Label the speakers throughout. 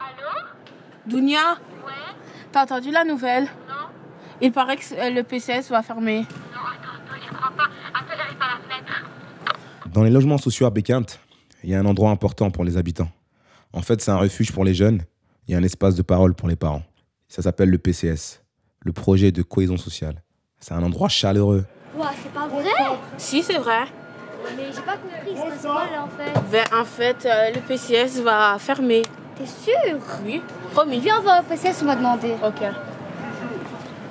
Speaker 1: Allô
Speaker 2: Dounia,
Speaker 1: Ouais
Speaker 2: t'as entendu la nouvelle
Speaker 1: Non
Speaker 2: Il paraît que euh, le PCS va fermer.
Speaker 1: Non, attends, attends, j'y crois pas. Attends, j'arrive par la fenêtre.
Speaker 3: Dans les logements sociaux à Béquinte, il y a un endroit important pour les habitants. En fait, c'est un refuge pour les jeunes et un espace de parole pour les parents. Ça s'appelle le PCS, le projet de cohésion sociale. C'est un endroit chaleureux.
Speaker 4: Ouah, c'est pas vrai
Speaker 2: Si, c'est vrai.
Speaker 4: Mais j'ai pas compris, c'est passe quoi là en fait
Speaker 2: Ben, en fait, euh, le PCS va fermer.
Speaker 4: T'es sûr
Speaker 2: Oui, promis.
Speaker 4: Viens, on va au PCS, on m'a demandé.
Speaker 2: Ok.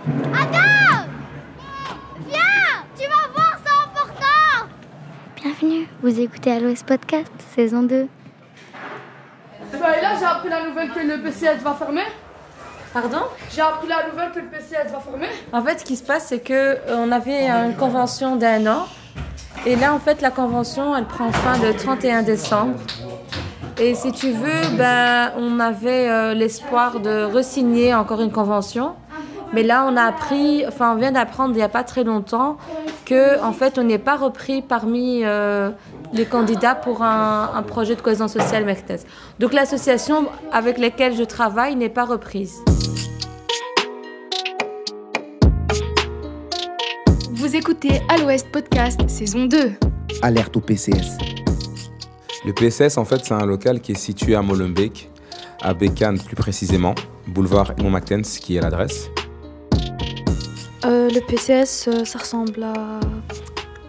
Speaker 4: Viens Tu vas voir, c'est important Bienvenue, vous écoutez Aloès Podcast, saison 2.
Speaker 5: Bah, et là, j'ai appris la nouvelle que le PCS va fermer.
Speaker 6: Pardon
Speaker 5: J'ai appris la nouvelle que le PCS va fermer.
Speaker 6: En fait, ce qui se passe, c'est que euh, on avait une convention d'un an, et là, en fait, la convention, elle prend fin le 31 décembre. Et si tu veux, ben, on avait euh, l'espoir de resigner encore une convention, mais là, on a appris, enfin, on vient d'apprendre il n'y a pas très longtemps que, en fait, on n'est pas repris parmi euh, les candidats pour un, un projet de cohésion sociale MECTES. Donc, l'association avec laquelle je travaille n'est pas reprise.
Speaker 7: Vous écoutez À l'Ouest Podcast, saison 2.
Speaker 8: Alerte au PCS.
Speaker 3: Le PCS, en fait, c'est un local qui est situé à Molenbeek, à Bécante plus précisément, boulevard Montmartens, qui est l'adresse.
Speaker 9: Euh, le PCS, euh, ça ressemble à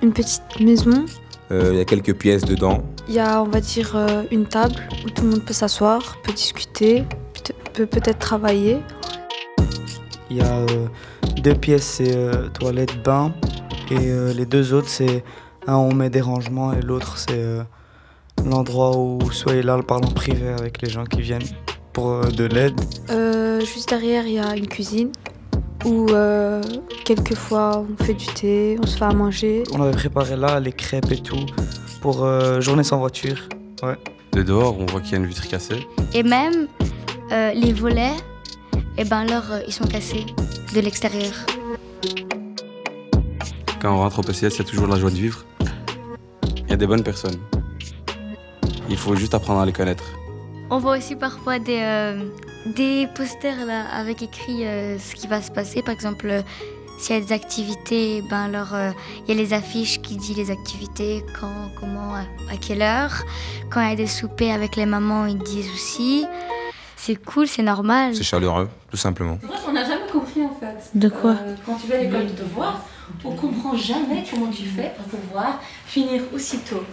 Speaker 9: une petite maison.
Speaker 3: Euh, Il y a quelques pièces dedans.
Speaker 9: Il y a, on va dire, euh, une table où tout le monde peut s'asseoir, peut discuter, peut- peut peut-être travailler.
Speaker 8: Il y a euh, deux pièces, c'est euh, toilette, bain. Et euh, les deux autres, c'est un on met des rangements et l'autre c'est euh, l'endroit où soit il a le parlant privé avec les gens qui viennent pour euh, de l'aide.
Speaker 9: Euh, juste derrière, il y a une cuisine où euh, quelquefois on fait du thé, on se fait à manger.
Speaker 8: On avait préparé là les crêpes et tout pour euh, journée sans voiture.
Speaker 10: De dehors, on voit qu'il y a une vitre cassée.
Speaker 4: Et même, euh, les volets, et ben alors, euh, ils sont cassés de l'extérieur.
Speaker 10: Quand on rentre au PCS, il y a toujours la joie de vivre. Il y a des bonnes personnes. Il faut juste apprendre à les connaître.
Speaker 4: On voit aussi parfois des, euh, des posters là, avec écrit euh, ce qui va se passer. Par exemple, euh, s'il y a des activités, ben alors euh, il y a les affiches qui disent les activités, quand, comment, à, à quelle heure. Quand il y a des soupers avec les mamans, ils disent aussi. C'est cool, c'est normal.
Speaker 3: C'est chaleureux, tout simplement.
Speaker 6: C'est vrai qu'on n'a jamais compris en fait.
Speaker 2: De quoi
Speaker 6: Euh, Quand tu vas à l'école de devoirs, on comprend jamais comment tu fais pour pouvoir finir aussitôt.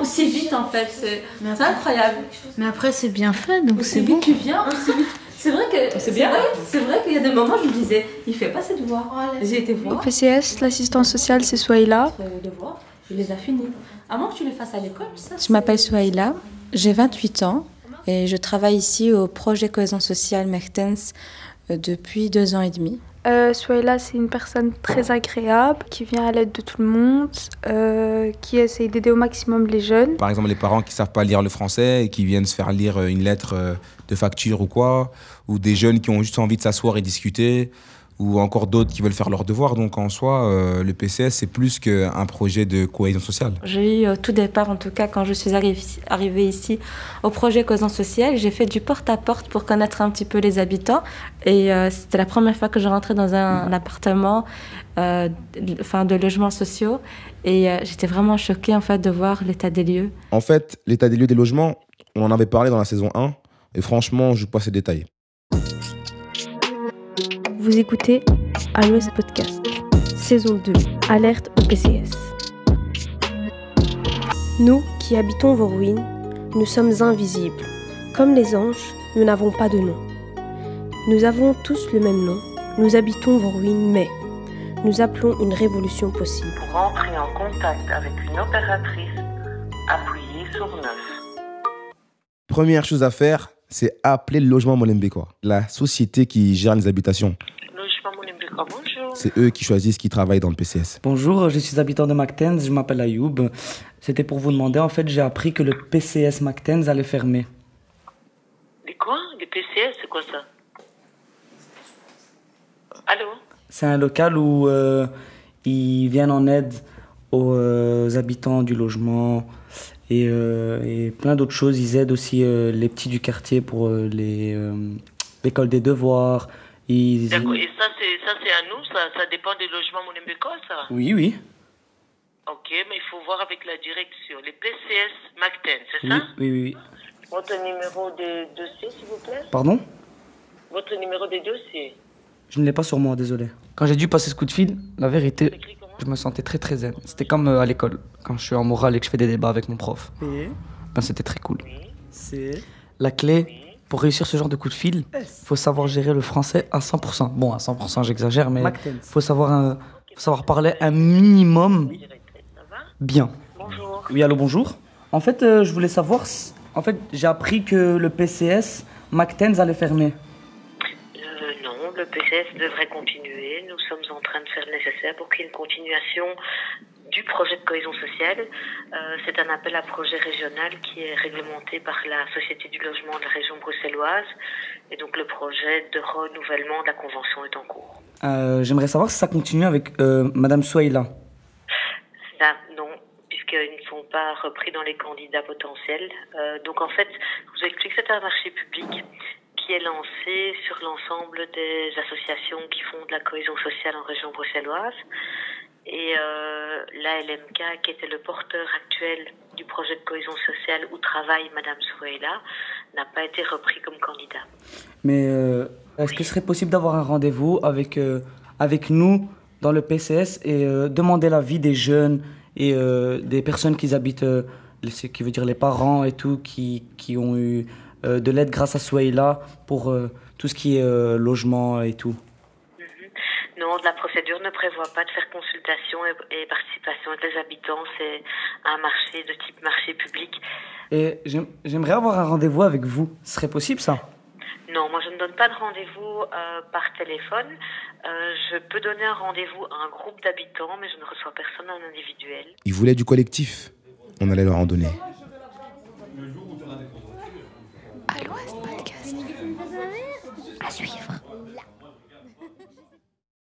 Speaker 6: aussi vite en fait, c'est c'est incroyable.
Speaker 2: Mais après, c'est bien fait, donc
Speaker 6: Aussi vite tu viens, aussi vite. C'est vrai que c'est bien. C'est vrai, qu'il y a des moments où je me disais, il fait pas ses devoirs. J'ai été
Speaker 9: Au
Speaker 6: voir
Speaker 9: PCS, l'assistance sociale, c'est Soaïla.
Speaker 6: les devoirs, je les ai finis. À moins que tu les fasses à l'école, ça. Je m'appelle Souhaïla, j'ai 28 ans et je travaille ici au projet cohésion sociale Mertens euh, depuis deux ans et demi.
Speaker 9: Euh, Soaïla, c'est une personne très agréable qui vient à l'aide de tout le monde, euh, qui essaye d'aider au maximum les jeunes.
Speaker 3: Par exemple, les parents qui savent pas lire le français et qui viennent se faire lire euh, une lettre euh, de facture ou quoi, ou des jeunes qui ont juste envie de s'asseoir et discuter, ou encore d'autres qui veulent faire leurs devoirs. Donc en soi, euh, le PCS, c'est plus qu'un projet de cohésion sociale.
Speaker 6: J'ai eu euh, au tout départ, en tout cas, quand je suis arri- arrivée ici au projet Causant Social, j'ai fait du porte-à-porte pour connaître un petit peu les habitants. Et euh, c'était la première fois que je rentrais dans un, appartement, euh, de- enfin, de logements sociaux. Et euh, j'étais vraiment choquée, en fait, de voir l'état des lieux.
Speaker 3: En fait, l'état des lieux des logements, on en avait parlé dans la saison 1, et franchement, je passe les détails.
Speaker 7: Vous écoutez À l'Ouest Podcast, saison 2. Alerte au PCS. Nous, qui habitons vos ruines, nous sommes invisibles. Comme les anges, nous n'avons pas de nom. Nous avons tous le même nom. Nous habitons vos ruines, mais nous appelons une révolution possible.
Speaker 11: Pour entrer en contact avec une opératrice, appuyez sur 9.
Speaker 3: Première chose à faire, c'est appeler le logement molenbeekois, la société qui gère les habitations.
Speaker 11: Logement Molenbeekois, bonjour.
Speaker 3: C'est eux qui choisissent qui travaille dans le PCS.
Speaker 8: Bonjour, je suis habitant de Mactens, je m'appelle Ayoub. C'était pour vous demander, en fait, j'ai appris que le PCS Mactens allait fermer.
Speaker 11: Les quoi Les PCS, c'est quoi ça Allô
Speaker 8: C'est un local où euh, ils viennent en aide aux euh, habitants du logement
Speaker 12: et, euh, et plein d'autres choses. Ils aident aussi euh, les petits du quartier pour euh, les, euh, l'école des devoirs. Ils...
Speaker 11: D'accord. Et ça, c'est ça, c'est à nous, ça, ça dépend des logements Monémbéco, ça
Speaker 12: Oui, oui.
Speaker 11: Ok, mais il faut voir avec la direction. Les PCS Macten, c'est
Speaker 12: Oui,
Speaker 11: ça
Speaker 12: oui, oui.
Speaker 11: Votre numéro de dossier, s'il vous plaît
Speaker 12: Pardon
Speaker 11: Votre numéro de dossier
Speaker 12: Je ne l'ai pas sur moi, désolé. Quand j'ai dû passer ce coup de fil, la vérité, je me sentais très très zen. C'était comme euh, à l'école, quand je suis en morale et que je fais des débats avec mon prof.
Speaker 8: Oui.
Speaker 12: Ben, c'était très cool.
Speaker 8: C'est.
Speaker 12: La clé pour réussir ce genre de coup de fil, faut savoir gérer le français à 100%. Bon, à 100%, j'exagère, mais
Speaker 8: Mactenz.
Speaker 12: faut savoir, un- faut savoir parler un minimum bien.
Speaker 11: Bonjour.
Speaker 12: Oui, allô, bonjour. En fait, euh, je voulais savoir. si- En fait, j'ai appris que le PCS Mactenz allait fermer.
Speaker 11: Euh, Non, le PCS devrait continuer. Nous sommes en train de faire le nécessaire pour qu'il y ait une continuation du projet de cohésion sociale. Euh, c'est un appel à projet régional qui est réglementé par la Société du logement de la région bruxelloise. Et donc le projet de renouvellement de la convention est en cours.
Speaker 12: Euh, J'aimerais savoir si ça continue avec euh, Madame Souaïla.
Speaker 11: Là, non, puisqu'ils ne sont pas repris dans les candidats potentiels. Euh, donc, en fait, je vous explique, c'est un marché public qui est lancé sur l'ensemble des associations qui font de la cohésion sociale en région bruxelloise. Et euh, la LMK, qui était le porteur actuel du projet de cohésion sociale où travaille Madame Souheila, n'a pas été repris comme candidat.
Speaker 12: Mais euh, est-ce que ce serait possible d'avoir un rendez-vous avec, euh, avec nous dans le PCS et euh, demander l'avis des jeunes et euh, des personnes qui habitent, euh, les- ce qui veut dire les parents et tout, qui, qui ont eu euh, de l'aide grâce à Souaïla pour euh, tout ce qui est euh, logement et tout
Speaker 11: Non, la procédure ne prévoit pas de faire consultation et, et participation avec les habitants. C'est un marché de type marché public.
Speaker 12: Et j'aim- j'aimerais avoir un rendez-vous avec vous. Ce serait possible ça
Speaker 11: Non, moi je ne donne pas de rendez-vous euh, par téléphone. Euh, je peux donner un rendez-vous à un groupe d'habitants, mais je ne reçois personne en individuel.
Speaker 3: Ils voulaient du collectif. On allait leur en donner.
Speaker 4: À suivre.